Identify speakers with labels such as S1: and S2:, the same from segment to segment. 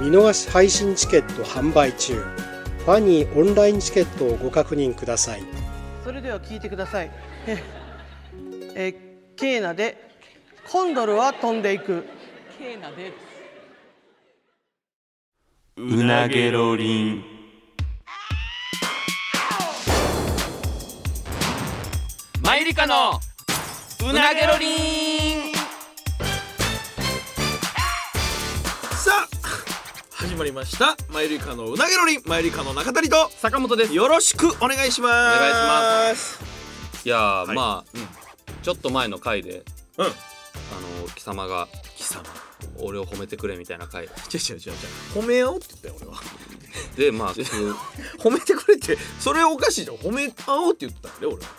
S1: 見逃し配信チケット販売中ファニーオンラインチケットをご確認ください
S2: それでは聞いてください。えーえーケーナでコンドルは飛んでいく。
S3: ケーナで
S4: うなげろりんマイリカのうなげろりん
S5: さあ始まりましたマユリカのうなげろりんマユリカの中谷と
S4: 坂本です
S5: よろしくお願いしますお
S4: 願
S5: いします
S4: いやー、
S5: はい
S4: ま
S5: う
S4: あ、
S5: ん
S4: ちょっと前の回で
S5: うん
S4: あの貴様が
S5: 貴様
S4: 俺を褒めてくれみたいな回
S5: 違う違う違う違う褒め合おうって言ったよ俺は
S4: でまあ結 局
S5: 褒めてくれってそれおかしいじゃん褒め合おうって言ってたんだよ俺は、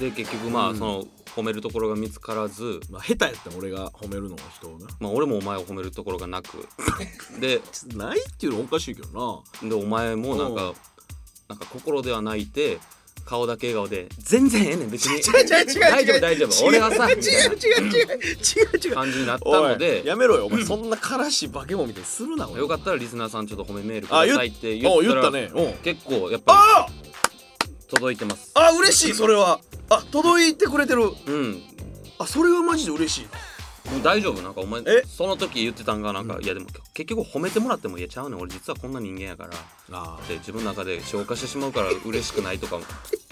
S4: で結局まあ、
S5: うん
S4: その褒めるところが見つからず
S5: まあ下手やった俺が褒めるの人をな
S4: まあ俺もお前を褒めるところが なくで
S5: ないっていうのおかしいけど
S4: でお前もなん
S5: う
S4: かなんか心では泣いて顔だけ笑顔で全然ええねん 別に
S5: な違う違う違う
S4: 大丈夫大丈夫俺はさ
S5: 違う違
S4: みたいな
S5: う違う違う違う違う
S4: 感じになった
S5: おい
S4: ので
S5: やめろよお前そんなからし化け物みたいにするな俺
S4: よかったらリスナーさんちょっと褒めメールくださいって言
S5: あ
S4: っ
S5: 言
S4: た
S5: った
S4: ら
S5: ねうん
S4: 結構やっぱ
S5: あ
S4: り届いてます
S5: ああ嬉しいそれはあ届いてくれてる
S4: うん
S5: あそれはマジで嬉しい
S4: 大丈夫なんかお前
S5: え
S4: その時言ってたんがなんかいやでも結局褒めてもらってもいやちゃうねん俺実はこんな人間やから
S5: あ
S4: で自分の中で消化してしまうから嬉しくないとか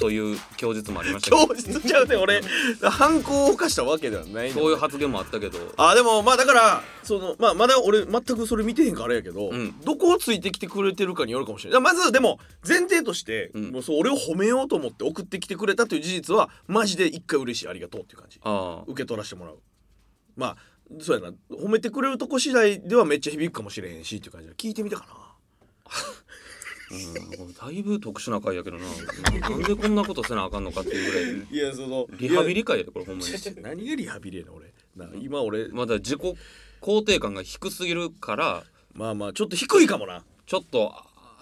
S4: という供述もありましたけ
S5: 教
S4: ど
S5: 室ちゃうね俺犯行を犯したわけではない
S4: そういう発言もあったけど
S5: あでもまあだからそのまあまだ俺全くそれ見てへんからあれやけど、
S4: うん
S5: どこをついてきてくれてるかによるかもしれないだからまずでも前提として、
S4: うん
S5: もうそう俺を褒めようと思って送ってきてくれたという事実はマジで一回嬉しいありがとうっていう感じ
S4: ああ
S5: 受け取らせてもらうまあそうやな褒めてくれるとこ次第ではめっちゃ響くかもしれへんしっていう感じで聞いてみたかな
S4: うんだいぶ特殊な回やけどななんでこんなことせなあかんのかっていうぐらい
S5: いやその
S4: リハビリ会やでこれほんまに
S5: 何がリハビリやねん俺な今俺
S4: まだ自己肯定感が低すぎるから
S5: まあまあちょっと低いかもな
S4: ちょっと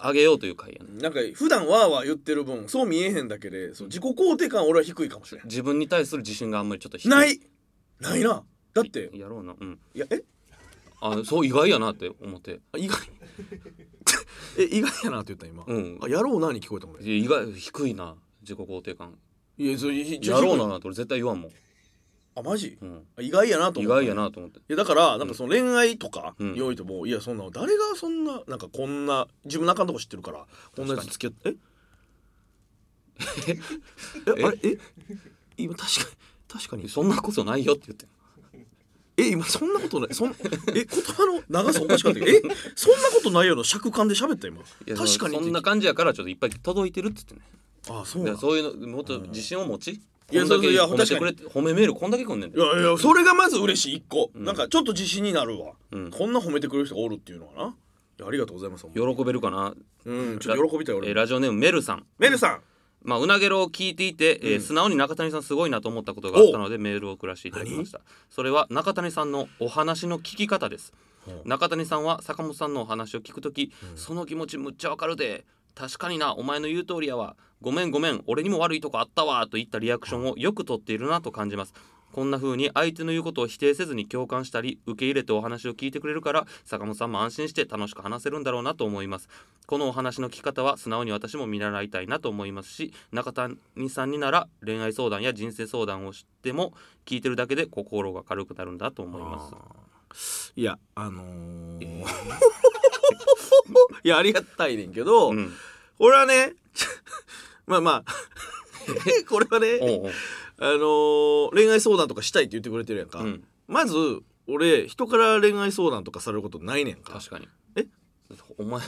S4: 上げようという回やね
S5: なんか普段わーわー言ってる分そう見えへんだけでその自己肯定感俺は低いかもしれん
S4: 自分に対する自信があんまりちょっと低
S5: ないないなだって
S4: やろうなうん
S5: いやえ
S4: あそう意外やなって思って
S5: あ意外 え意外やなって言った今、
S4: うん
S5: あやろうなに聞こえたもんね
S4: いや意外低いな自己肯定感
S5: いやそれひ
S4: やろうな
S5: ひ
S4: なんて俺絶対言わんもん、
S5: あマジ、
S4: うん、
S5: あ意外やなと
S4: 意
S5: 思った
S4: 外やなと思って
S5: いやだからなんかその恋愛とか
S4: うん
S5: においても、いやそんな誰がそんななんかこんな自分のあかんとこ知ってるからこんなやつ付き合ってええあれえ今確かに確かに
S4: そんなことないよって言って
S5: え今そんなことないそんえ言葉の長さおかしかったけどえそんなことないよの尺感で喋った今
S4: いや
S5: 確かに
S4: そんな感じやからちょっといっぱい届いてるって言ってね
S5: あそう
S4: い
S5: な
S4: や
S5: ん
S4: そういうのもっと自信を持ち、
S5: いや
S4: こん
S5: そ
S4: だけ
S5: うそういや
S4: 褒めてくれて褒めメールこんだけ来んねん
S5: い
S4: で
S5: やいやそれがまず嬉しい一個、
S4: ん
S5: なんかちょっと自信になるわ、
S4: うん
S5: こんな褒めてくれる人がおるっていうのはないやありがとうございますほんま
S4: 喜べるかな、
S5: うんちょっと喜びたい
S4: えー
S5: 俺
S4: ラジオネームメルさん
S5: メルさん
S4: まあ、うなげろを聞いていて、えー
S5: うん
S4: 素直に中谷さんすごいなと思ったことがあったのでメールを送らせていただきましたそれは中谷さんのお話の聞き方です
S5: ほう
S4: 中谷さんは坂本さんのお話を聞くとき、その気持ちむっちゃわかるで確かになお前の言う通りやわごめんごめん俺にも悪いとこあったわといったリアクションをよく取っているなと感じますこんな風に相手の言うことを否定せずに共感したり受け入れてお話を聞いてくれるから坂本さんも安心して楽しく話せるんだろうなと思いますこのお話の聞き方は素直に私も見習いたいなと思いますし中谷さんになら恋愛相談や人生相談をしても聞いてるだけで心が軽くなるんだと思います
S5: いやあのー いやありがたいねんけど、
S4: うん
S5: 俺はねまあまあ これはね、
S4: おうおう
S5: あのー恋愛相談とかしたいって言ってくれてるやんか、
S4: うん
S5: まず俺人から恋愛相談とかされることないねんか
S4: 確かに
S5: え
S4: お前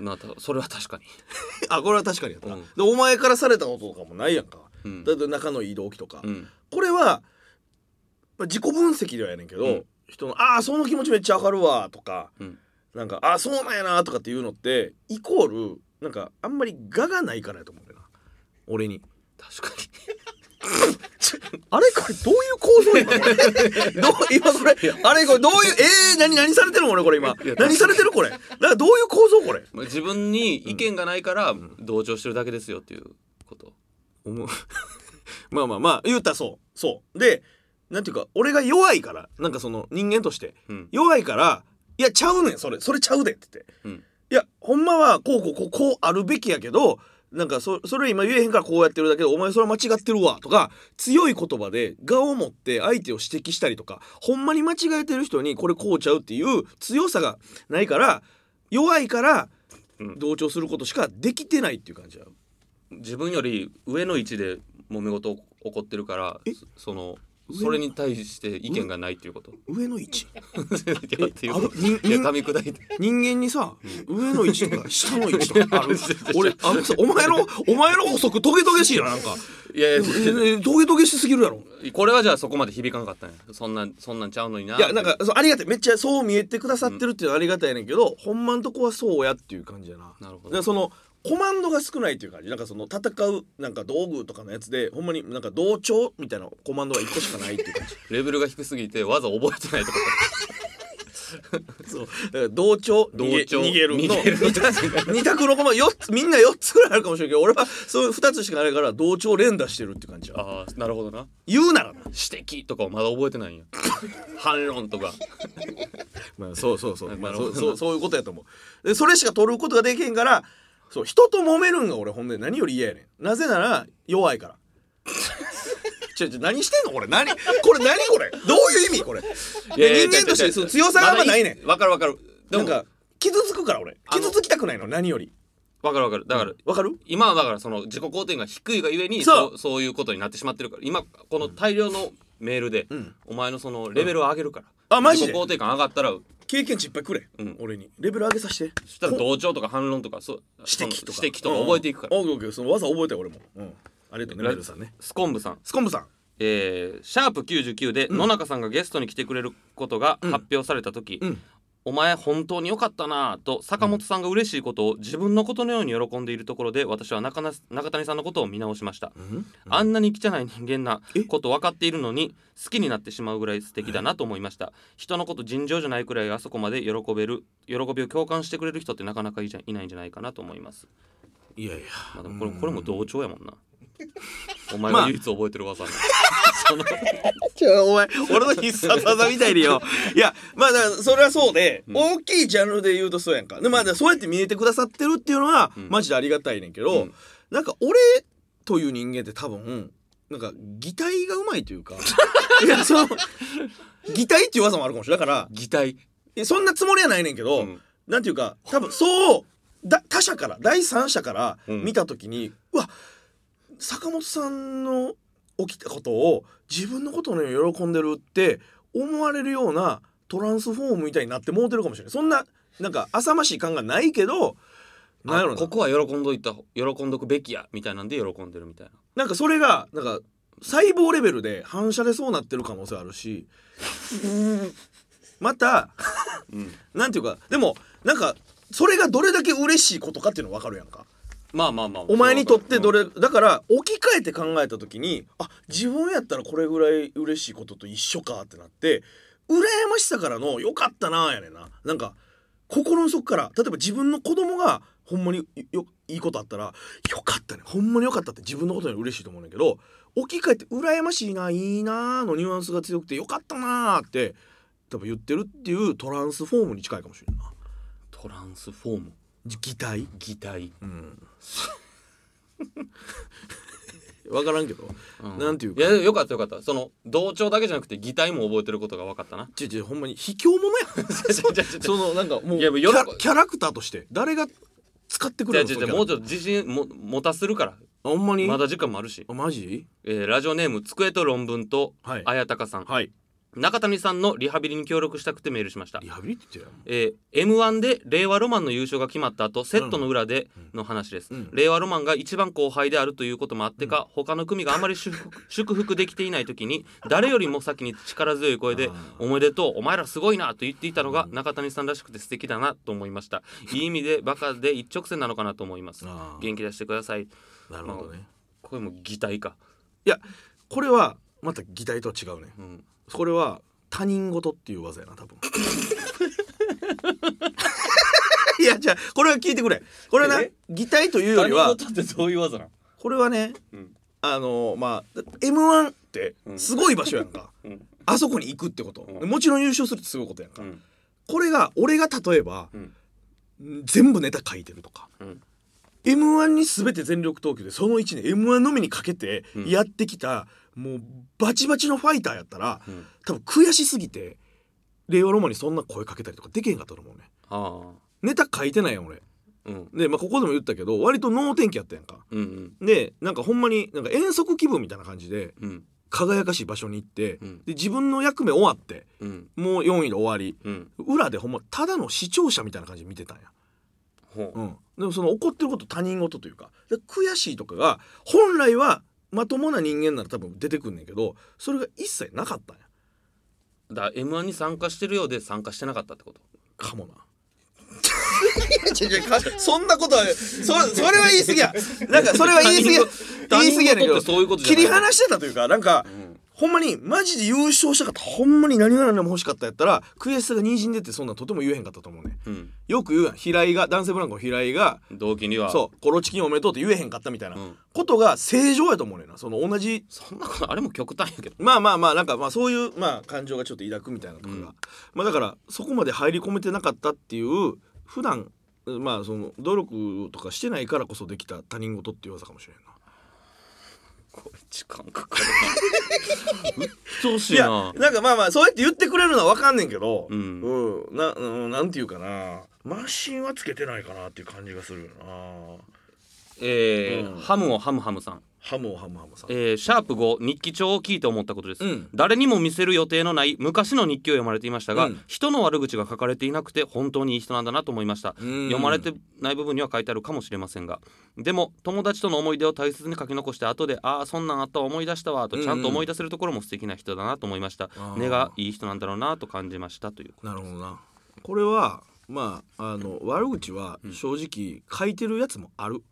S4: なたそれは確かに
S5: あこれは確かにやったな、
S4: うん
S5: でお前からされたこととかもないやんか、
S4: うん
S5: だって仲のいい動機とか、
S4: うん
S5: これは、まあ、自己分析ではやねんけど、
S4: うん
S5: 人の「ああその気持ちめっちゃわかるわ」とか
S4: うん
S5: なんか「あそうなんやな」とかっていうのってイコールなんかあんまり我がないからやと思うねんな俺に
S4: 確かに
S5: あれこれどういう構造今これ どう今これあれこれどういうえー、何何されてるの俺これ今何されてるこれだからどういう構造これ
S4: まあ自分に意見がないから同情してるだけですよっていうこと
S5: 思う まあまあまあ言ったらそうそうでなんていうか俺が弱いからなんかその人間として
S4: うん
S5: 弱いから「いやちゃうねんそれそれちゃうで」って言って「
S4: うん
S5: いやほんまはこうこうこうこうあるべきやけどなんかそそれ今言えへんからこうやってるだけどお前それは間違ってるわ」とか強い言葉で我を持って相手を指摘したりとかほんまに間違えてる人にこれこうちゃうっていう強さがないから弱いから
S4: うん
S5: 同調することしかできてないっていう感じや。
S4: 自分より上の位置で揉め事起こってるから
S5: え
S4: その
S5: 上の
S4: それに対して意見がないってい うこと。
S5: 上の位置
S4: いやっていう
S5: あの
S4: こと。
S5: 人
S4: いや噛み砕いて。
S5: 人間にさ、上の位置 とか下の位置とかある俺あのさお前のお前の補足トゲトゲしいななんか
S4: いやい
S5: え
S4: や
S5: えトゲトゲしすぎるやろ
S4: これはじゃあそこまで響かなかったんやそんなんそんなんちゃうのにない
S5: やなんかそうありがたいめっちゃそう見えてくださってるっていうのはありがたいねんけど、ほんまんとこはそうやっていう感じやな
S4: なる
S5: だから
S4: ほど
S5: そのコマンドが少ないっていう感じなんかその戦うなんか道具とかのやつでほんまになんか同調みたいなコマンドが1個しかないっていう感じ
S4: レベルが低すぎてわざ覚えてない とか
S5: そうだから同調逃げ
S4: 同調
S5: 逃げるの
S4: 逃げる
S5: 二択のコマ四つみんな4つぐらいあるかもしれんけど俺はそういう2つしかないから同調連打してるって感じや
S4: ああなるほどな
S5: 言うならな、
S4: 指摘とかをまだ覚え てないんや反論とか
S5: まあ、そうそうそう,、まあ、
S4: な
S5: そ
S4: るほど
S5: うそうそういうことやと思うでそれしか取ることができへんからそう人と揉めるんが俺ほんで何より嫌やねんなぜなら弱 いからちょちょ何してんのこれ何これ何これどういう意味これ
S4: いやいや
S5: 人間として
S4: 違う違う違う
S5: その強さがあんまないねん
S4: だわかるわかるで
S5: なん
S4: も
S5: か傷つくから俺
S4: あの
S5: 傷つきたくないの何より
S4: わかるわかるだから、
S5: わかる
S4: 今はだからその自己肯定が低いがゆえに
S5: そう
S4: そうそういうことになってしまってるから今この大量のメールで、
S5: ん
S4: お前のそのレベルを上げるから、
S5: あマジで
S4: 自己肯定感上がったら
S5: 経験値いっぱいくれ、
S4: うん
S5: 俺にレベル上げさせて
S4: そしたら同調とか反論とかそう
S5: 指摘と
S4: そ
S5: か
S4: の指摘とか覚えていくから、
S5: うんうんオッケーオッケーその技覚えて俺も、うん、ありがとうね
S4: ラ
S5: メルさんね
S4: スコンブさん
S5: スコンブさん
S4: えーシャープ99で野中さんがゲストに来てくれることが発表された時、
S5: うん
S4: お前本当に良かったなぁと坂本さんが嬉しいことを自分のことのように喜んでいるところで私は中な中谷さんのことを見直しました、あんなに汚い人間なこと分かっているのに好きになってしまうぐらい素敵だなと思いました人のこと尋常じゃないくらいあそこまで喜べる喜びを共感してくれる人ってなかなかいじゃいないんじゃないかなと思います、
S5: いやいや
S4: まあ、でもこれこれも同調やも んなお前が唯一覚えてる技、その
S5: ちょお前俺の必殺技みたいに よいやまあだからそれはそうで、
S4: ん
S5: 大きいジャンルで言うとそうやんかでまあだからそうやって見えてくださってるっていうのは、
S4: うん
S5: マジでありがたいねんけど、
S4: うん
S5: なんか俺という人間って多分なんか擬態がうまいというか いやその擬態っていう技もあるかもしれないだから
S4: 擬態
S5: いやそんなつもりはないねんけど、
S4: うん
S5: なんていうか多分そうだ他者から第三者から
S4: うん
S5: 見た時に、うわ坂本さんの起きたことを自分のことのように喜んでるって思われるようなトランスフォームみたいになってもうてるかもしれないそんななんか浅ましい感がないけど なんやろ
S4: あ
S5: な
S4: ここは喜んどいた喜んどくべきやみたいなんで喜んでるみたいな
S5: なんかそれがなんか細胞レベルで反射でそうなってる可能性あるしまた
S4: うん
S5: なんていうかでもなんかそれがどれだけ嬉しいことかっていうの分かるやんか。
S4: まあまあまあ
S5: お前にとってど
S4: れ
S5: れだから置き換えて考えた時にあ自分やったらこれぐらい嬉しいことと一緒かってなって羨ましさからの「よかったな」やねんななんか心の底から例えば自分の子供がほんまによいいことあったら「よかったねほんまによかった」って自分のことに嬉しいと思うねんだけど置き換えて「羨ましいな」「いいな」のニュアンスが強くて「よかったな」って多分言ってるっていうトランスフォームに近いかもしれんな
S4: トランスフォーム
S5: 擬態
S4: 擬態、
S5: うん、分からんけど
S4: うん
S5: なんていう
S4: い
S5: か
S4: やよかったよかったその同調だけじゃなくて擬態も覚えてることが分かったな
S5: ちょちょほんまに卑怯者や ん
S4: じゃじゃじゃじ
S5: そのなんかもう
S4: い
S5: キ
S4: やもう
S5: ャ
S4: よ
S5: ラキャラクターとして誰が使ってくれ
S4: ゃ
S5: るの
S4: じ
S5: そ
S4: ゃじ
S5: の
S4: ゃ
S5: キャラ
S4: もうちょっと自信も持たせるから
S5: あほんまに
S4: まだ時間もあるし、
S5: あマジ
S4: えーラジオネーム机と論文と
S5: はい
S4: 綾鷹さん、
S5: はい
S4: 中谷さんのリハビリに協力したくてメールしました
S5: リハビリって言ってる
S4: えー、M1 で令和ロマンの優勝が決まった後セットの裏での話です、
S5: うん
S4: 令和ロマンが一番後輩であるということもあってか、他の組があまり祝福 祝福できていない時に誰よりも先に力強い声で
S5: あ
S4: 「おめでとうお前らすごいな」と言っていたのが中谷さんらしくて素敵だなと思いましたいい意味でバカで一直線なのかなと思います
S5: あー
S4: 元気出してください
S5: なるほどね
S4: これも擬態か、
S5: いやこれはまた擬態とは違うね
S4: うん、
S5: これは他人事っていう技やな多分 いやじゃあこれは聞いてくれこれはな
S4: え
S5: 擬態というよりは
S4: ってどういう技なの
S5: これはね、
S4: ん
S5: あのまあ m 1ってすごい場所やん か、
S4: ん
S5: あそこに行くってこと、
S4: うん
S5: もちろん優勝するってすごいことやんか、
S4: うん
S5: これが俺が例えば、
S4: ん
S5: 全部ネタ書いてるとか、
S4: うん
S5: m 1に全て全力投球でその1年 m 1のみにかけて
S4: ん
S5: やってきた、もうバチバチのファイターやったら、
S4: ん
S5: 多分悔しすぎて令和ロマンにそんな声かけたりとかできへんかったと思うね
S4: あ
S5: ネタ書いてないやん俺
S4: あうん
S5: で、まあ、ここでも言ったけど割と能天気やったやんか、
S4: うんうん
S5: でなんかほんまになんか遠足気分みたいな感じで
S4: うん
S5: 輝かしい場所に行って、
S4: うん
S5: で自分の役目終わって
S4: うん
S5: もう4位で終わり
S4: うん
S5: 裏でほんまただの視聴者みたいな感じで見てたんや、
S4: ほう
S5: うん、でもその怒ってること他人事というかで悔しいとかが本来はまともな人間なら多分出てくんねんけどそれが一切なかったんや
S4: だ m 1に参加してるようで参加してなかったってこと
S5: かもな。そんなことはそそれは言い過ぎやなんかそれは言い過ぎや
S4: 他
S5: 言い
S4: 人
S5: 過ぎやねんけ
S4: 事
S5: ど
S4: ってそういうことじ
S5: 切
S4: ゃない
S5: り離してたというかなんか、
S4: ん
S5: ほんまにマジで優勝したかったほんまに何が何でも欲しかったやったら悔しさがにじんでてそんなんとても言えへんかったと思うね
S4: うん
S5: よく言うやん平井が男性ブランコの平井が
S4: 同期には
S5: そうコロチキンおめでとうって言えへんかったみたいな
S4: うん
S5: ことが正常やと思うねんなその同じ
S4: そんなことあれも極端やけど
S5: まあまあまあなんかまあそういうまあ感情がちょっと抱くみたいなところが、
S4: うん
S5: まあだからそこまで入り込めてなかったっていう普段まあその努力とかしてないからこそできた他人事っていう技かもしれんな
S4: これ時間かかるなうっとうし
S5: い
S4: い
S5: や
S4: な
S5: なんかまあまあそうやって言ってくれるのは分かんねんけど
S4: う
S5: うんん、なうんなんていうかなマシンはつけてないかなっていう感じがするよな
S4: えー
S5: うん
S4: ハムをハムハムさん
S5: ハムをハムハムさん
S4: えーシャープ5日記帳を聞いて思ったことです、
S5: うん
S4: 誰にも見せる予定のない昔の日記を読まれていましたが、
S5: うん
S4: 人の悪口が書かれていなくて本当にいい人なんだなと思いました、
S5: うん
S4: 読まれてない部分には書いてあるかもしれませんがでも友達との思い出を大切に書き残して後で「ああそんなんあったわ思い出したわ」とちゃんと思い出せるところも素敵な人だなと思いました、
S5: あー
S4: 根がいい人なんだろうなと感じましたという
S5: なるほどなこれはまああの悪口は正直書いてるやつもあ る、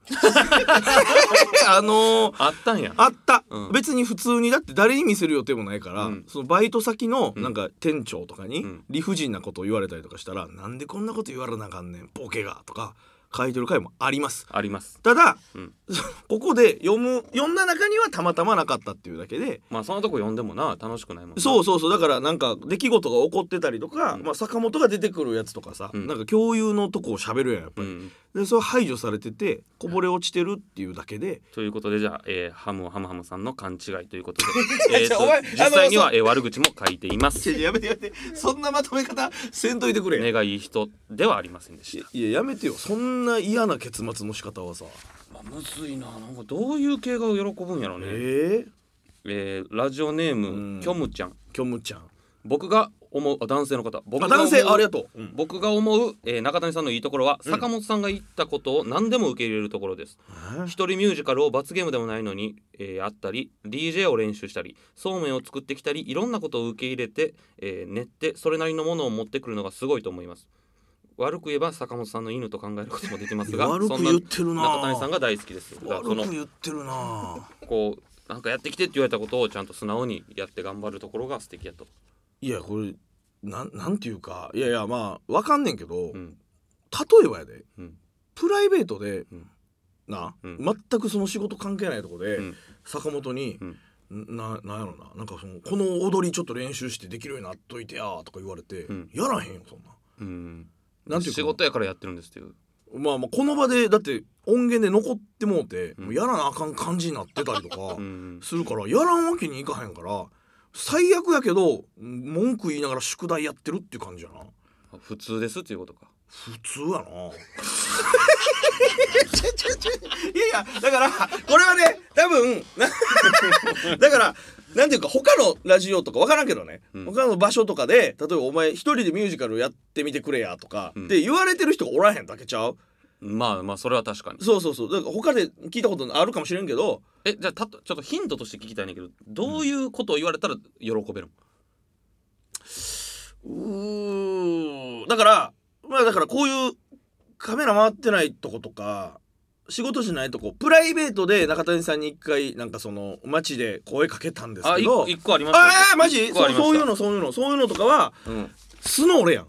S5: あの
S4: あったんや
S5: あった、
S4: うん
S5: 別に普通にだって誰に見せる予定もないから、
S4: うん
S5: そのバイト先のなんか店長とかに
S4: うん
S5: 理不尽なことを言われたりとかしたら、なんでこんなこと言われなあかんねんボケがとか書いてる回もあります
S4: あります
S5: ただ、
S4: うん
S5: ここで読む読んだ中にはたまたまなかったっていうだけで
S4: まあそんなとこ読んでもな楽しくないもんな
S5: そうそうそうだからなんか出来事が起こってたりとか、
S4: うん
S5: まあ、坂本が出てくるやつとかさ、
S4: うん
S5: なんか共有のとこを喋るやんやっぱ
S4: う
S5: り、
S4: ん、
S5: でそれ排除されててこぼれ落ちてるっていうだけで
S4: ということでじゃあ、えーハムをハムハムさんの勘違いということ でえー
S5: ちょ
S4: と
S5: お前
S4: 実
S5: あの
S4: 際には、えー悪口も書いています
S5: やめてやめてそんなまとめ方せんといてくれ
S4: 根がいい人ではありませんでし
S5: い
S4: た
S5: いややめてよそんな嫌な結末の仕方はさ
S4: まあむずいななんかどういう系が喜ぶんやろうね、
S5: ええ
S4: えーラジオネー
S5: うん
S4: ムきょむちゃん
S5: キョムちゃん
S4: 僕が思うあ男性の方僕
S5: あ
S4: が思う
S5: 男性ありがとう、
S4: 僕が思う、えー中谷さんのいいところは、坂本さんが言ったことを何でも受け入れるところです一人ミュージカルを罰ゲームでもないのに、えーあったり DJ を練習したりそうめんを作ってきたりいろんなことを受け入れて、えー練ってそれなりのものを持ってくるのがすごいと思います悪く言えば坂本さんの犬と考えることもできますが
S5: 悪く言ってるな
S4: そん中谷さんが大好きですだからそ
S5: 悪
S4: の
S5: く言ってるな
S4: こうなんかやってきてって言われたことをちゃんと素直にやって頑張るところが素敵やと、
S5: いやこれなんなんていうかいやいやまあわかんねんけど、
S4: うん
S5: 例えばやで
S4: うん
S5: プライベートで、
S4: ん
S5: な、
S4: うん
S5: 全くその仕事関係ないとこで、
S4: うん
S5: 坂本に、
S4: うん
S5: ななんやろななんかそのこの踊りちょっと練習してできるようになっといてやとか言われて、
S4: ん
S5: やらへんよそんな。
S4: うん、
S5: なんていうか
S4: 仕事やからやってるんですっていう
S5: まあまあこの場でだって音源で残ってもうて、もうやらなあかん感じになってたりとか
S4: ん
S5: するからやらんわけにいかへんから最悪やけど文句言いながら宿題やってるっていう感じやな。
S4: 普通ですっていうことか
S5: 普通やなちょちょちょいやいやだからこれはね多分 なだからなんていうか他のラジオとか分からんけどね、
S4: ん
S5: 他の場所とかで例えばお前一人でミュージカルやってみてくれやとか、
S4: ん
S5: で言われてる人がおらへんだけちゃう
S4: まあまあそれは確かに
S5: そうそうそうだから他で聞いたことあるかもしれんけど
S4: えじゃあたとちょっとヒントとして聞きたいねんだけどどういうことを言われたら喜べるの
S5: うーんだからまあだからこういうカメラ回ってないとことか仕事しないとこプライベートで中谷さんに一回なんかその街で声かけたんです
S4: あ
S5: け
S4: 一
S5: ど
S4: 個一個ありましたよ
S5: ああマジ
S4: 一個
S5: そう
S4: ありました
S5: そういうのそういうのそういうのとかは
S4: うん
S5: 素の俺やん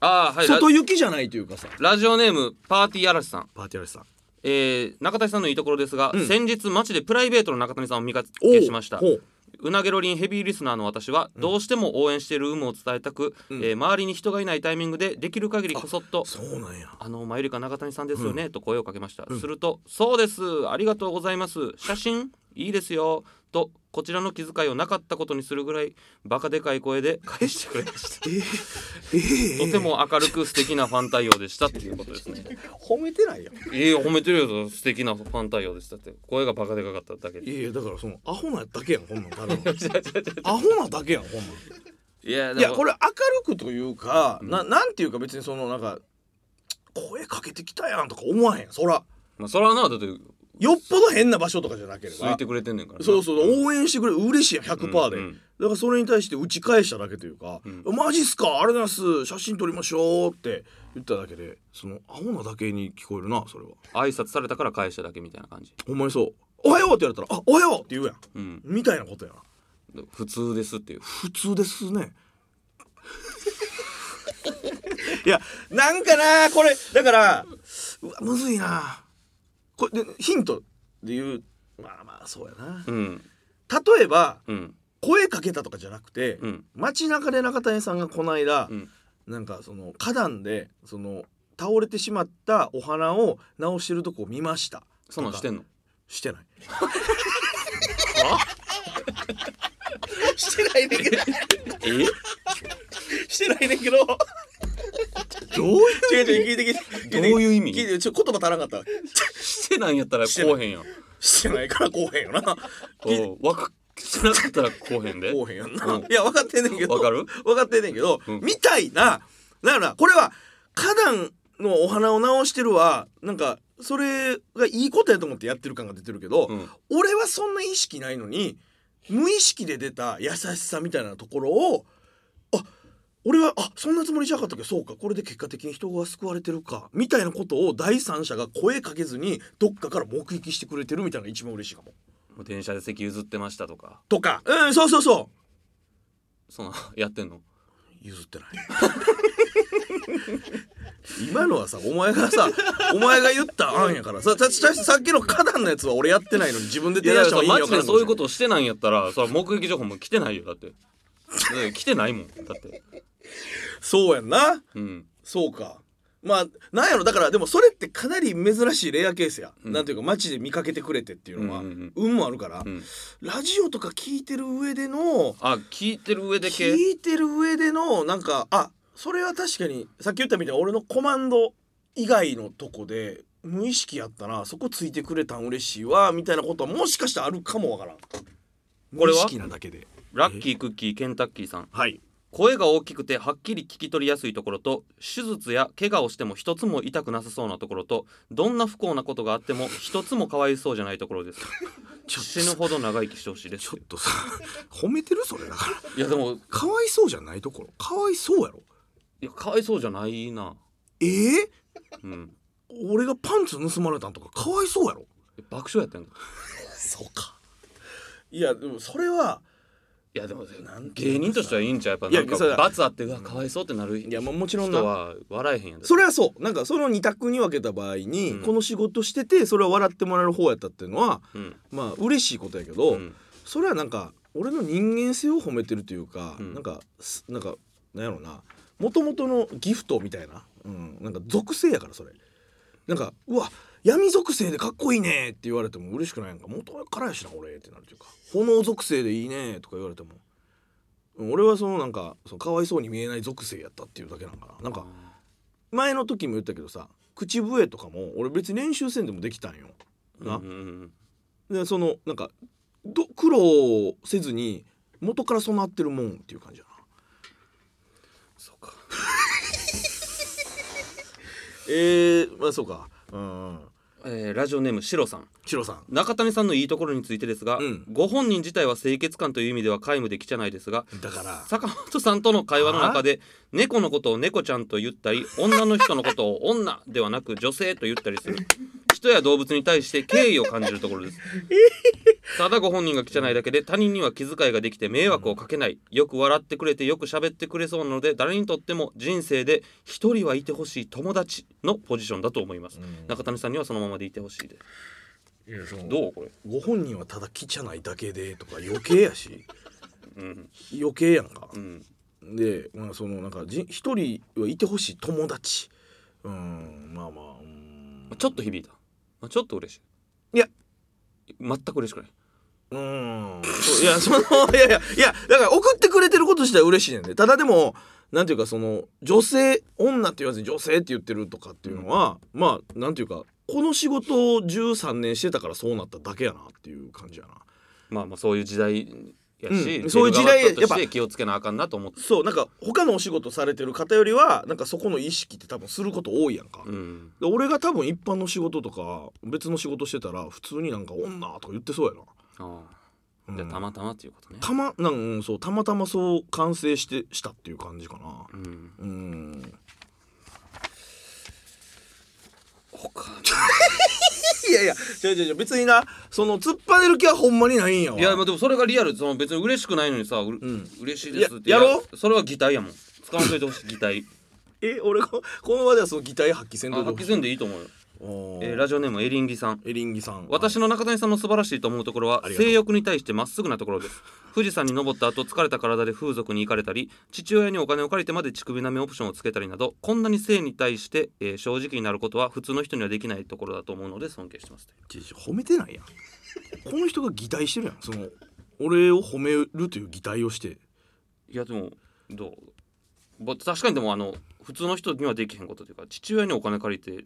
S4: あーはいラ
S5: 外行きじゃないというかさ
S4: ラジオネームパーティー嵐さん
S5: パーティーラさん
S4: えー中谷さんのいいところですが、
S5: ん
S4: 先日街でプライベートの中谷さんを見かけしました
S5: ほう
S4: うなげろりんヘビーリスナーの私はどうしても応援している有無を伝えたく、
S5: うん
S4: えー周りに人がいないタイミングでできる限りこそっと
S5: そうなんや
S4: あの、マユリカ中谷さんですよね、と声をかけました。すると、そうです、ありがとうございます、写真いいですよ、と、こちらの気遣いをなかったことにするぐらい、バカでかい声で返してくれました。とても明るく素敵なファン対応でしたっていうことですね。
S5: 褒めてないやん
S4: いや、褒めてるよ、素敵なファン対応でしたって。声がバカでかかっただけで。
S5: いやいやだからそのアホなだけやん ほんなんただのアホなだけやんほんなん
S4: いや、
S5: いやこ
S4: れ、
S5: れ明るくというか、ななんていうか別にそのなんか声かけてきたやんとか思わへんそら
S4: まあ、それはな、だって、
S5: よっぽど変な場所とかじゃなけれ
S4: つい
S5: ば
S4: てくれてんねんからな。
S5: そうそう応援してくれる嬉しいやん100%で、
S4: うんうん
S5: だからそれに対して打ち返しただけというか「マジっすかあれなんす写真撮りましょう」って言っただけでそのアホなだけに聞こえるなそれは
S4: 挨拶されたから返しただけみたいな感じ。
S5: ほんまにそう「おはよう」って言われたら「あおはよう」って言うやん
S4: うん。
S5: みたいなことやな
S4: 普通ですっていう。
S5: 普通ですね。 いやなんかなこれだからうわむずいなこれでヒントで言うまあまあそうやな
S4: うん。
S5: 例えば
S4: うん。
S5: 声かけたとかじゃなくて、
S4: うん。
S5: 街中で中谷さんがこの間、
S4: うん
S5: なんかその花壇でその倒れてしまったお花を直してるとこを見ました
S4: そんなんしてんの
S5: してないしてないねんけど
S4: え
S5: してないねんけど
S4: どうい
S5: 違う違う
S4: う
S5: 聞いて聞いて聞いて
S4: どういう意味
S5: 聞いてちょっと言葉足らんかった
S4: してないんやったらこうへんやん。
S5: してないからこうへんよなこ
S4: おうわかしてなかったらこうへ んで。
S5: うへんやんな、
S4: うん
S5: いや分かってんねんけど
S4: わかる
S5: 分かってんねんけど、
S4: うん
S5: みたいなだからこれは花壇のお花を直してるはなんかそれがいいことやと思ってやってる感が出てるけど、
S4: うん
S5: 俺はそんな意識ないのに無意識で出た優しさみたいなところをあ俺はあそんなつもりじゃなかったけどそうかこれで結果的に人が救われてるかみたいなことを第三者が声かけずにどっかから目撃してくれてるみたいなのが一番嬉しいかも。
S4: もう電車で席譲ってましたとか。
S5: とかうんそうそうそう
S4: その やってんの
S5: 譲ってない 今のはさお前がさお前が言った案やからささささっきの花壇のやつは俺やってないのに自分で
S4: いや
S5: 提
S4: いや
S5: 案した方がいい
S4: そうマ
S5: ん
S4: ジ
S5: やか
S4: で
S5: ら
S4: そういうことしてないんやったらそれは目撃情報も来てないよだって。ね来てないもんだって。
S5: そうやんな
S4: うん。
S5: そうかまあなんやろだからでもそれってかなり珍しいレアケースや、なんていうか街で見かけてくれてっていうのは、
S4: うんうんうん
S5: 運もあるから、
S4: ん
S5: ラジオとか聞いてる上での
S4: あ聞いてる上で系。
S5: 聞いてる上でのなんかあそれは確かにさっき言ったみたいに俺のコマンド以外のとこで無意識やったなそこついてくれたん嬉しいわみたいなことはもしかしたらあるかもわからん
S4: これは
S5: 無意識なだけで
S4: ラッキークッキーケンタッキーさん。
S5: はい
S4: 声が大きくてはっきり聞き取りやすいところと手術や怪我をしても一つも痛くなさそうなところとどんな不幸なことがあっても一つもかわいそうじゃないとこ ろです死ぬほど長生きしてほしいです
S5: ちょっとさ 褒めてるそれだから
S4: いやでも
S5: かわいそうじゃないところかわいそうやろ
S4: いやかわいそうじゃないな
S5: ええ
S4: うん
S5: 俺がパンツ盗まれたんとかかわいそうやろ
S4: 爆笑やったんか
S5: そうかいやでもそれはい
S4: やでも
S5: なんていうの
S4: 芸人としてはいいんちゃうやっぱなん
S5: いやそうだ
S4: か罰あってうわかわいそうってなる
S5: いやもうもちろんな
S4: 人は笑えへんやん
S5: それはそうなんかその2択に分けた場合に、
S4: うん
S5: この仕事しててそれは笑ってもらえる方やったっていうのは
S4: うん
S5: まあ嬉しいことやけど、
S4: うん
S5: それはなんか俺の人間性を褒めてるというか、
S4: うん
S5: なんかすなんかなんやろうなもともとのギフトみたいな、うん、なんか属性やからそれなんかうわ闇属性でかっこいいねって言われても嬉しくないやんか元からやしな俺ってなるというか炎属性でいいねとか言われてもうん俺はそのなんかそのかわいそうに見えない属性やったっていうだけなんかななんか前の時も言ったけどさ口笛とかも俺別に練習せんでもできたんよ。な、
S4: うんうん
S5: でそのなんかど苦労せずに元から備わってるもんっていう感じだな。
S4: そうか
S5: えー、まあそうか。うんうん。
S4: えーラジオネームシロさん
S5: シロさん。
S4: 中谷さんのいいところについてですが、
S5: うん
S4: ご本人自体は清潔感という意味では皆無で汚いですが
S5: だから
S4: 坂本さんとの会話の中で猫のことを猫ちゃんと言ったり女の人のことを女ではなく女性と言ったりする人や動物に対して敬意を感じるところですただご本人が汚いだけで他人には気遣いができて迷惑をかけないよく笑ってくれてよく喋ってくれそうなので誰にとっても人生で一人はいてほしい友達のポジションだと思います、中谷さんにはそのままでいてほしいですどうこれ
S5: ご本人はただ気じゃないだけでとか余計やし
S4: うん
S5: 余計やんか
S4: う。ん
S5: で、まあ、そのなんかじ一人はいてほしい友達。うんまあまあ。うん
S4: まあちょっと響いた、まあ、ちょっと嬉しい
S5: いや
S4: 全く嬉しくないう
S5: ーん。そういや、そ の、いやいや、いや、だから送ってくれてること自体は嬉しいねんで。ただでも、なんていうか、その、女性、女って言わずに女性って言ってるとかっていうのは、まあ、なんていうか、この仕事を13年してたからそうなっただけやなっていう感じやな。
S4: まあまあそういう時代やし、
S5: うんそういう時代
S4: 出る側とし
S5: やってぱ
S4: 気をつけなあかんなと思って、
S5: そう、なんか、他のお仕事されてる方よりは、なんかそこの意識って多分すること多いやんか。
S4: うん、
S5: で俺が多分一般の仕事とか別の仕事してたら普通になんか女とか言ってそうやな。
S4: あ
S5: う
S4: あ
S5: ん
S4: じゃあたまたまっていうことね、
S5: たまなんうんそうたまたまそう完成してしたっていう感じかな。
S4: うん、
S5: うーん。他 いやいや、違う違う違う、別にな、その突っ張れる気はほんまにないんやわ。
S4: いやまあでもそれがリアルその別に嬉しくないのにさう、
S5: ん
S4: 嬉しいですって
S5: ややろ
S4: それは擬態やもん使わんといてほしい 擬態
S5: え、俺ここの場ではその擬態発揮せん
S4: あ
S5: といて
S4: 発
S5: ほ
S4: 揮
S5: しい
S4: せんでいいと思うよ、
S5: おー
S4: えーラジオネームエリンギさん
S5: エリンギさん。
S4: 私の中谷さんの素晴らしいと思うところは
S5: りがとう
S4: 性欲に対してまっすぐなところです富士山に登った後疲れた体で風俗に行かれたり父親にお金を借りてまで乳首舐めオプションをつけたりなどこんなに性に対して、えー正直になることは普通の人にはできないところだと思うので尊敬してます
S5: 違う違う褒めてないやん。この人が擬態してるやん。その、俺を褒めるという擬態をして。
S4: いやでもどうぼ確かにでもあの普通の人にはできへんことというか父親にお金借りて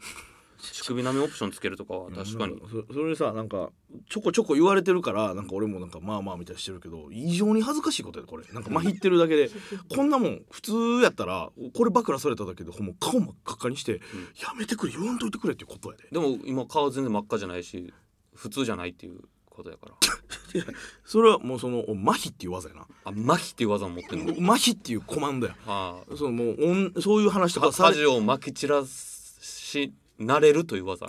S4: 乳首舐めオプションつけるとかは確かに
S5: うんそそれさなんかちょこちょこ言われてるからなんか俺もなんかまあまあみたいにしてるけど異常に恥ずかしいことやでこれなんかまひってるだ けでこんなもん普通やったらこれ暴露されただけでほんま顔真っ赤っかにして、やめてくれ言わんといてくれっていうことやで
S4: でも今顔全然真っ赤じゃないし普通じゃないっていうことやから
S5: それはもうそのお麻痺っていう技やな
S4: あ麻痺っていう技を持って るの
S5: 麻痺っていうコマンドや
S4: ああ
S5: そのもうおんそういう話とかされ
S4: 家事をまき散らしなれるという 技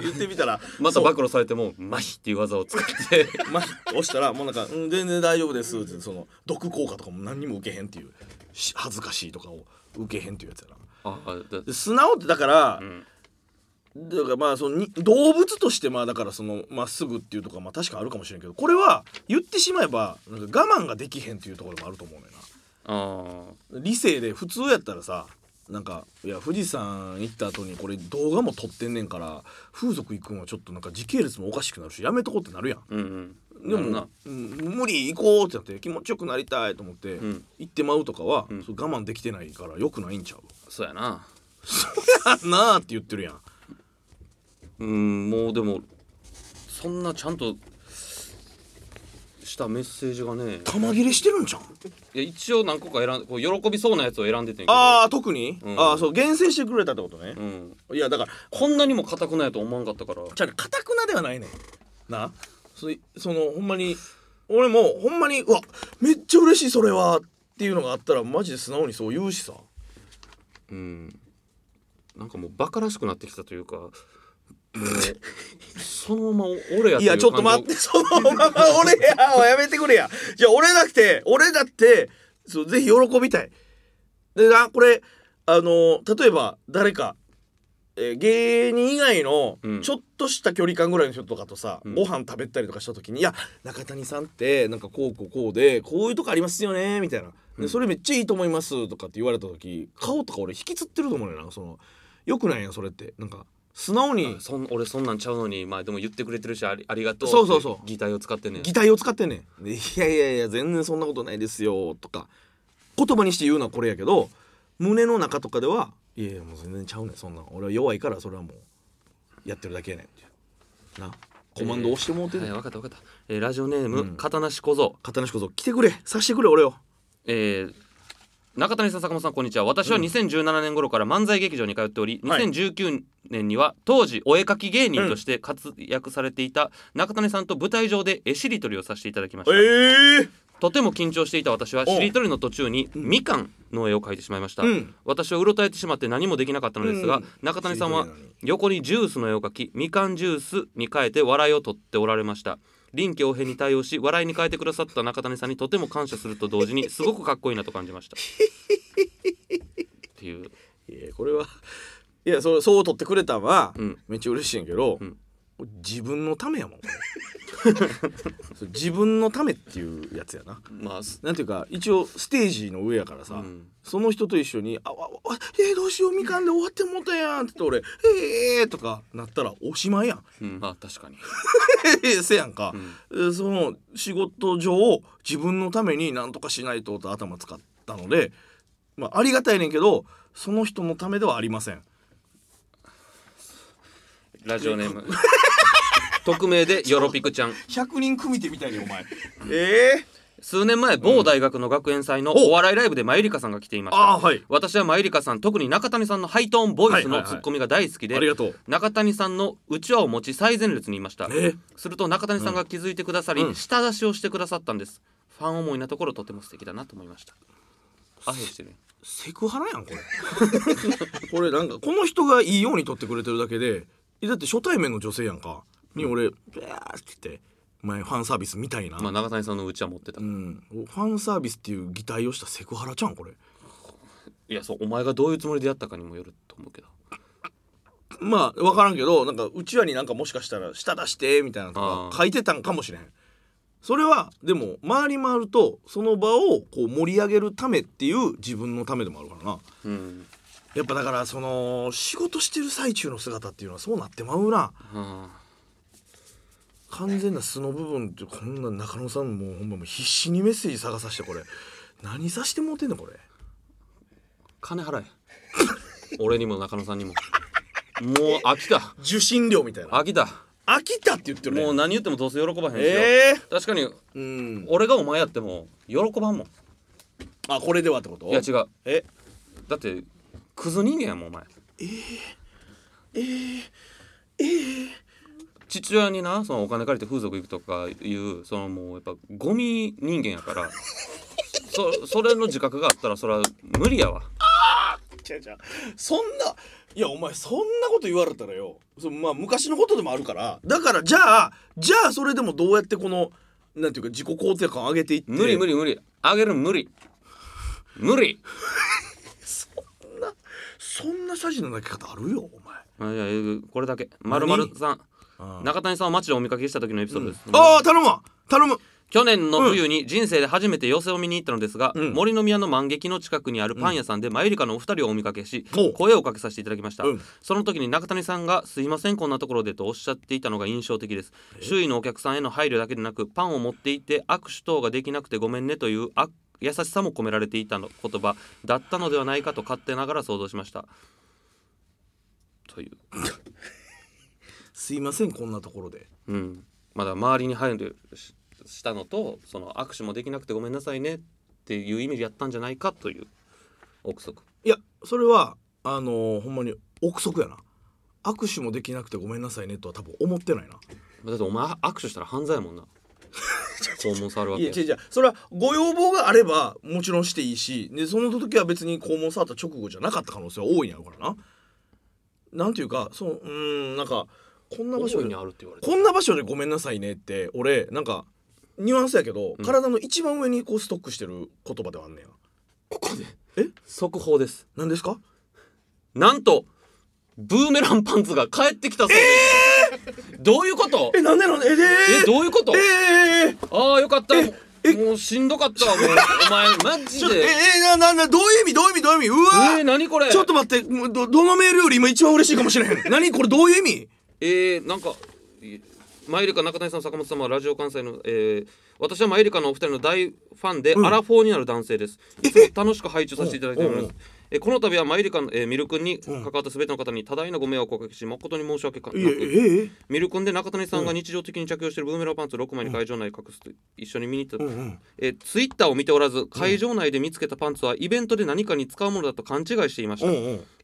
S5: 言ってみたら
S4: また暴露されても麻痺っていう技を使って
S5: 麻痺押したらもうなんか「うん全然大丈夫です」ってその毒効果とかも何にも受けへんっていうし恥ずかしいとかを受けへんっていうやつやな
S4: ああだ
S5: で素直ってだから、
S4: ん
S5: だからまあそのに動物としてまあだからそのまっすぐっていうとかまあ確かあるかもしれんけどこれは言ってしまえばなんか我慢ができへんっていうところもあると思うねんな
S4: あ
S5: 理性で普通やったらさなんかいや富士山行った後にこれ動画も撮ってんねんから風俗行くんはちょっとなんか時系列もおかしくなるしやめとこうってなるやん
S4: うんうん
S5: でも
S4: なるな
S5: うん無理行こうってなって気持ちよくなりたいと思って、
S4: ん
S5: 行ってまうとかは、
S4: ん
S5: そう我慢できてないからよくないんちゃう
S4: そうやな
S5: そうやなあって言ってるやん
S4: うんもうでもそんなちゃんとしたメッセージがね
S5: 玉切れしてるんじゃん
S4: いや一応何個か選んこう喜びそうなやつを選んでてんけど
S5: ああ特に、
S4: うん
S5: ああそう厳選してくれたってことね
S4: う、ん、
S5: いやだから
S4: こんなにも硬くないと思わんかったから
S5: じゃあかたくなではないねんなそいそのほんまに俺もほんまにうわめっちゃ嬉しいそれはっていうのがあったらマジで素直にそう言うしさ
S4: うん、なんかもうバカらしくなってきたという かもうそのまま俺や
S5: いやちょっと待って そのまま俺やはやめてくれやじゃあ俺だって俺だってそうぜひ喜びたいでなこれあの例えば誰か、えー芸人以外の
S4: うん
S5: ちょっとした距離感ぐらいの人とかとさ、
S4: うん
S5: ご飯食べたりとかした時に「いや中谷さんってなんかこうこうこうでこういうとこありますよね」みたいな「でそれめっちゃいいと思います」とかって言われた時顔とか俺引きつってると思うねんなそのよくないやんそれってなんか素直に
S4: そん俺そんなんちゃうのにまあでも言ってくれてるしありありがとう
S5: そうそうそう
S4: 擬態を使ってね
S5: 擬態を使ってんねんでいやいやいや全然そんなことないですよ」とか言葉にして言うのはこれやけど胸の中とかではいやいやもう全然ちゃうねんそんなん俺は弱いからそれはもうやってるだけやねんっていうなコマンド押してもうてんね
S4: は
S5: ん、
S4: い分かった分かった、えーラジオネー
S5: う
S4: ム、
S5: ん
S4: 片梨小僧
S5: 刀しこぞ来てくれさしてくれ俺を
S4: えー中谷さん坂本さんこんにちは私は2017年頃から漫才劇場に通っており、
S5: はい
S4: 2019年には当時お絵描き芸人として活躍されていた中谷さんと舞台上で絵しりとりをさせていただきまし
S5: ええ
S4: た、とても緊張していた私はしりとりの途中にみかんの絵を描いてしまいました、
S5: うん
S4: 私はうろたえてしまって何もできなかったのですが、
S5: うん
S4: 中谷さんは
S5: しりとりなのに
S4: 横にジュースの絵を描きみかんジュースに変えて笑いを取っておられました臨機応変に対応し笑いに変えてくださった中谷さんにとても感謝すると同 時にすごくかっこいいなと感じましたっていう
S5: いやこれはいやそそう取ってくれたんは、
S4: うん
S5: めっちゃ嬉しいんやけど、
S4: ん
S5: 自分のためやもんこれ そう自分のためっていうやつやな
S4: まあす
S5: なんていうか一応ステージの上やからさ、
S4: うん
S5: その人と一緒に「あわわえーどうしようみかんで終わってもうたやん」って言って俺「えー」とかなったらおしまいやん
S4: うんまあ確かに
S5: せやんか、えーその仕事上自分のために何とかしないとと頭使ったので、まあ、ありがたいねんけどその人のためではありません
S4: ラジオネーム 匿名でヨロピクちゃん
S5: 100人組手みたいにお前 ええ
S4: 数年前某大学の学園祭のお笑いライブでマユリカさんが来ていました、
S5: ああはい
S4: 私はマユリカさん特に中谷さんのハイトーンボイスのツッコミが大好きで、
S5: はいはいはいありがと
S4: 中谷さんのうちわを持ち最前列にいました
S5: え
S4: すると中谷さんが気づいてくださり、
S5: うん
S4: 舌出しをしてくださったんですファン思いなところとても素敵だなと思いましたアヘしてる
S5: セクハラやんこれ これなんかこの人がいいように撮ってくれてるだけでえだって初対面の女性やんかに俺「ベ、ーって言って前ファンサービスみたいな、
S4: まあ中谷さんのうちわ持ってた、
S5: うん、ファンサービスっていう擬態をしたセクハラちゃんこれ
S4: いやそうお前がどういうつもりでやったかにもよると思うけど
S5: まあ分からんけどなんかうちわになんかもしかしたら舌出してみたいなのと
S4: あ
S5: か
S4: ー
S5: 書いてたんかもしれんそれはでも回り回るとその場をこう盛り上げるためっていう自分のためでもあるからな
S4: うん、
S5: やっぱだからその仕事してる最中の姿っていうのはそうなってまうな
S4: はあ
S5: 完全な素の部分ってこんな中野さんもうほんまもう必死にメッセージ探さしてこれ何さしてもうてんのこれ
S4: 金払え俺にも中野さんにももう飽きた
S5: 受信料みたいな
S4: 飽きた
S5: 飽きたって言ってるね
S4: もう何言ってもどうせ喜ばへんしよ、
S5: ええ
S4: 確かに
S5: うん
S4: 俺がお前やっても喜ばんもん
S5: あこれではってこと
S4: いや違う
S5: え
S4: だってクズ人間やもんお前ええええ父親になそのお金借りて風俗行くとかいうそのもうやっぱゴミ人間やから そそれの自覚があったらそれは無理やわ
S5: 違う違うそんないやお前そんなこと言われたらよそまあ昔のことでもあるからだからじゃあじゃあそれでもどうやってこのなんていうか自己肯定感上げていって
S4: 無理無理無理あげるの無理無理
S5: そんなサジの泣き方あるよお前
S4: あいやえーこれだけまるまるさん
S5: あ
S4: 中谷さんを街でお見かけした時のエピソードです、
S5: あー頼むわ頼む
S4: 去年の冬に人生で初めて寄席を見に行ったのですが、
S5: うん
S4: 森の宮の万劇の近くにあるパン屋さんでマユリカのお二人をお見かけし、
S5: おう
S4: 声をかけさせていただきました、
S5: うん
S4: その時に中谷さんが「すいませんこんなところで」とおっしゃっていたのが印象的です周囲のお客さんへの配慮だけでなくパンを持っていて握手等ができなくてごめんねというあ優しさも込められていたの言葉だったのではないかと勝手ながら想像しましたという
S5: すいませんこんなところで
S4: うん、まだ周りに配慮ししたのとその握手もできなくてごめんなさいねっていう意味でやったんじゃないかという憶測
S5: いやそれはあのーほんまに憶測やな握手もできなくてごめんなさいねとは多分思ってないな
S4: だってお前握手したら犯罪やもんな肛門触るわ
S5: い
S4: け
S5: や
S4: や
S5: 違う違うそれはご要望があればもちろんしていいしでその時は別に肛門触った直後じゃなかった可能性は大いにあるからななんていうかそううーんなんかこんな場所
S4: 大い
S5: で
S4: にあるって言われて
S5: こんな場所でごめんなさいねって俺なんかニュアンスやけど、
S4: ん
S5: 体の一番上にこうストックしてる言葉ではあんねや
S4: ここで
S5: え
S4: 速報です
S5: 何ですか
S4: なんとブーメランパンツが帰ってきたそうです、どういうこと
S5: えなんでなんでえで
S4: えどういうこと
S5: ええー
S4: ああよかったもうしんどかったわもうお前マ
S5: ち
S4: ジ
S5: ょっとえ
S4: で
S5: えななんだどういう意味どういう意味どういう意味うわ
S4: え
S5: ー
S4: ー、何これ
S5: ちょっと待ってもうどどのメールより今一番嬉しいかもしれへん 何これどういう意味
S4: えー、なんか、いマイルカ中谷さん、坂本様はラジオ関西の、えー私はマユリカのお二人の大ファンで、アラフォーになる男性ですいつも楽しく拝聴させていただいておりますえこの度はマユリカの、えーミルクンに関わったすべての方に多大なご迷惑をおかけし誠に申し訳なく
S5: いやええ
S4: ミルコンで中谷さんが日常的に着用しているブーメランパンツを6枚に会場内に隠すと一緒に見に行った、えツイッターを見ておらず会場内で見つけたパンツはイベントで何かに使うものだと勘違いしていました、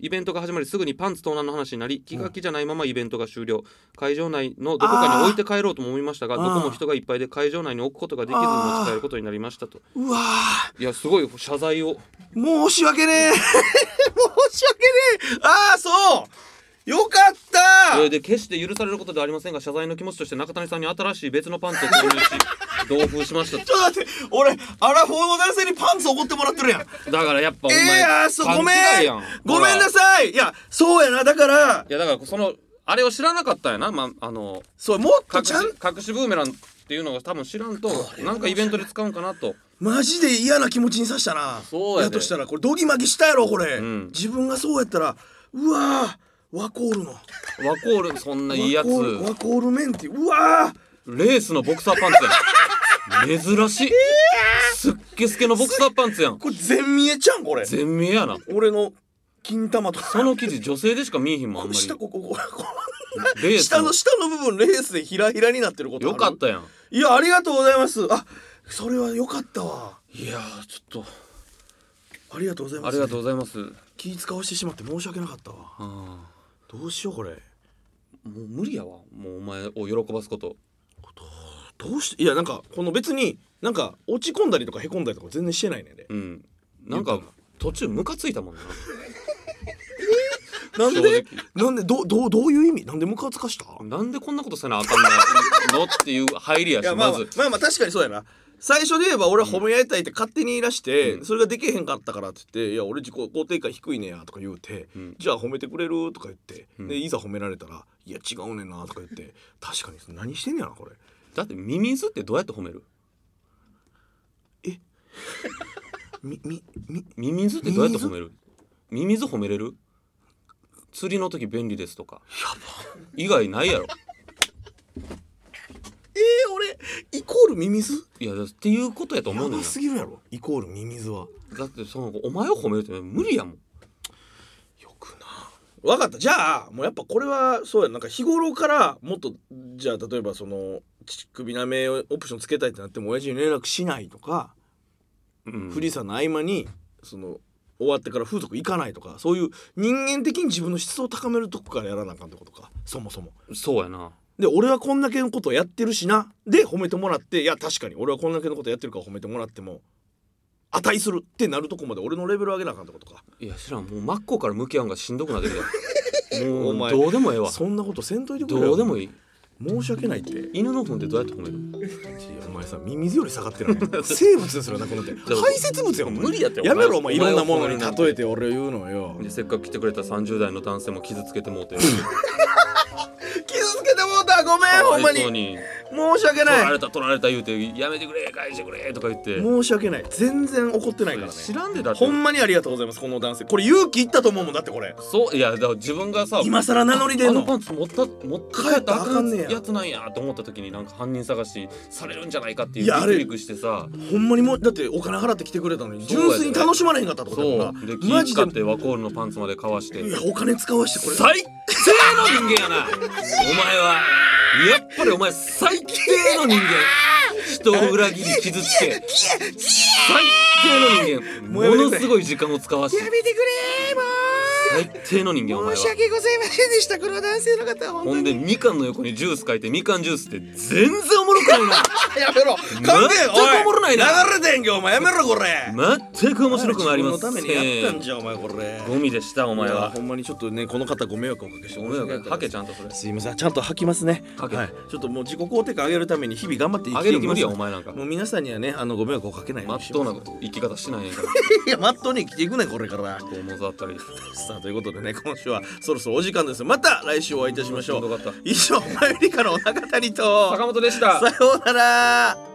S4: イベントが始まりすぐにパンツ盗難の話になり気が気じゃないままイベントが終了会場内のどこかに置いて帰ろうとも思いましたがどこも人がいっぱいで会場内に置くことができずに持ち帰ることになりましたと
S5: うわあ
S4: いやすごい謝罪を
S5: 申し訳ねえ 申し訳ねえああそうよかった
S4: えーで決して許されることではありませんが謝罪の気持ちとして中谷さんに新しい別のパンツを購入し同封しましたと
S5: ちょっと待って俺アラフォーの男性にパンツおごってもらってるやん
S4: だからやっぱお
S5: え
S4: 前、
S5: えやそうごめん
S4: 勘違いや
S5: ごめんな
S4: ほら
S5: さいいやそうやなだから
S4: いやだからそのあれを知らなかったんやな、まあ、あの
S5: そうもっと
S4: 隠
S5: ち
S4: し
S5: ゃん
S4: 隠しブーメランっていうのが多分知らんとなんかイベントで使うんかなと
S5: マジで嫌な気持ちにさしたな
S4: そうやで
S5: としたらこれドギマギしたやろこれ、
S4: ん
S5: 自分がそうやったらうわーワコールの
S4: ワコールそんないいやつ
S5: ワコールワコールメンティうわー
S4: レースのボクサーパンツやん珍しいすっけすけのボクサーパンツやん
S5: これ全見えちゃんこれ
S4: 全面やな
S5: 俺の金玉とか
S4: その生地女性でしか見えへんもんあんま
S5: 下
S4: り
S5: ここここ
S4: レース
S5: 下の下の部分レースでひらひらになってることあ
S4: よ
S5: る
S4: かったやん
S5: いやありがとうございますあそれはよかったわ
S4: いやーちょっ
S5: ありがとうござい
S4: と
S5: ま
S4: あ
S5: す
S4: りがとうございます
S5: 気使わしてしまって申し訳なかったわ
S4: あ
S5: どうしようこれ
S4: ーもう無理やわもうお前を喜ばすこと
S5: どうしていやなんかこの別になんか落ち込んだりとかへこんだりとか全然してないねんで
S4: うんなんか途中ムカついたもんな
S5: なんで
S4: 正
S5: なんでどうどうどういう意味なんでムカつかした
S4: なんでこんなことせなあかんののっていう入りやし、まず、
S5: まあまあ確かにそうやな最初で言えば俺は褒め合いたいって勝手に言い出して、
S4: うん
S5: それができへんかったからって言って「いや俺自己肯定感低いねや」とか言うて、
S4: うん
S5: じゃあ褒めてくれる?」とか言って、
S4: うん
S5: でいざ褒められたら「いや違うねんな」とか言って確かに何してんねやなこれ
S4: だってミミズってどうやって褒める
S5: みみみ
S4: ミミズってどうやって褒めるミミズ褒めれる釣りの時便利ですとか以外ないやろ
S5: えー、俺イコールミミズ
S4: いやだっていうことやと思
S5: や
S4: うねん
S5: ば
S4: な
S5: すぎるやろイコールミミズは
S4: だってそのお前を褒めるって無理やもん
S5: よくな分かったじゃあもうやっぱこれはそうやなんか日頃からもっとじゃあ例えばその乳首なめをオプションつけたいってなっても親父に連絡しないとか、
S4: うん
S5: フリーさんの合間にその終わってから風俗行かないとかそういう人間的に自分の質を高めるとこからやらなあかんってことかそもそも。
S4: そうやな
S5: で俺はこんだけのことをやってるしなで褒めてもらっていや確かに俺はこんだけのことやってるから褒めてもらっても値するってなるとこまで俺のレベル上げなあかんってことか。
S4: いや知らんもう真っ向から向き合うんがしんどくなってきたも
S5: お
S4: う
S5: 前
S4: どうでもええわ
S5: そんなことせんといてくれよ
S4: どうでもいい
S5: 申し訳ないって。
S4: 犬の糞ってどうやって褒める
S5: お前さミミズより下がって ない生物ですらなくなってる
S4: じゃあ
S5: 排泄物やん
S4: 無理やって
S5: やめろお
S4: お
S5: 前
S4: 前
S5: いろんなもの
S4: お
S5: に
S4: 前を
S5: 例えて俺言うのよ
S4: でせっかく来てくれた30代の男性も傷つけてもうて
S5: 傷つけてもうたごめんほんま
S4: かわいそう
S5: に
S4: に
S5: 申し訳
S4: 取ら
S5: な
S4: れ
S5: い
S4: た取られた言うてやめてくれ返してくれとか言って
S5: 申し訳ない全然怒ってないからね
S4: 知らんでだって
S5: ほんまにありがとうございますこの男性これ勇気いったと思うもんだってこれ
S4: そういやだから自分がさ
S5: 今更名乗り出
S4: あ
S5: ん
S4: の
S5: の
S4: パンツ持った持って帰ったらあかんやつなんやと思った時になんか犯人探しされるんじゃないかっていう
S5: いやあれ
S4: ビクビクしてさ
S5: ほんまにもうだってお金払って来てくれたのに
S4: そうやで
S5: 純粋に楽しまれへんかったってこと
S4: そ
S5: だも
S4: うで
S5: ん
S4: 気
S5: なマジ
S4: 使
S5: で
S4: ってワコールのパンツまでかわして
S5: いやお金使わしてこれ
S4: 最低の人間やなお前はやっぱりお前最低の人間人を裏切り傷つけ最低の人間
S5: うやめてくれ
S4: ものすごい時間を使わして
S5: めてくれ
S4: 最低の人間お前は
S5: ございませんでしたこの男性の方本
S4: ほんでみかんの横にジュース書いてみかんジュースって全然おもろくないな
S5: やめろ
S4: 全く
S5: 勘弁おい
S4: おもろないな
S5: 流れてんけお前やめろこれ
S4: 全く面白くもありませ
S5: 自分のためにやったん
S4: ん
S5: じゃんお前これ
S4: ゴミでしたお
S5: お
S4: 前は
S5: ほんまにちょっとねこの方ご迷惑をおかけして
S4: ごめんよハケち
S5: ゃ
S4: ゃんとそれ
S5: すいませんちゃんと吐きますね
S4: ハケ
S5: はいちょっともう自己肯定感上げるために日々頑張って生
S4: あ
S5: き
S4: げ
S5: て
S4: る
S5: いき
S4: 無
S5: ます
S4: 理やお前なんか
S5: もう皆さんにはねあのご迷惑をかけないよう
S4: まっ
S5: にし
S4: とうな
S5: ます
S4: 生き方してないねんから
S5: いやまっとうに生きていくねこれから
S4: こう思ざったり
S5: さあということでね今週はそろそろお時間ですまた来週お会いいたしましょ
S4: しんど
S5: う
S4: かった
S5: 以上マユリカのお中谷と
S4: 坂本でした
S5: さようなら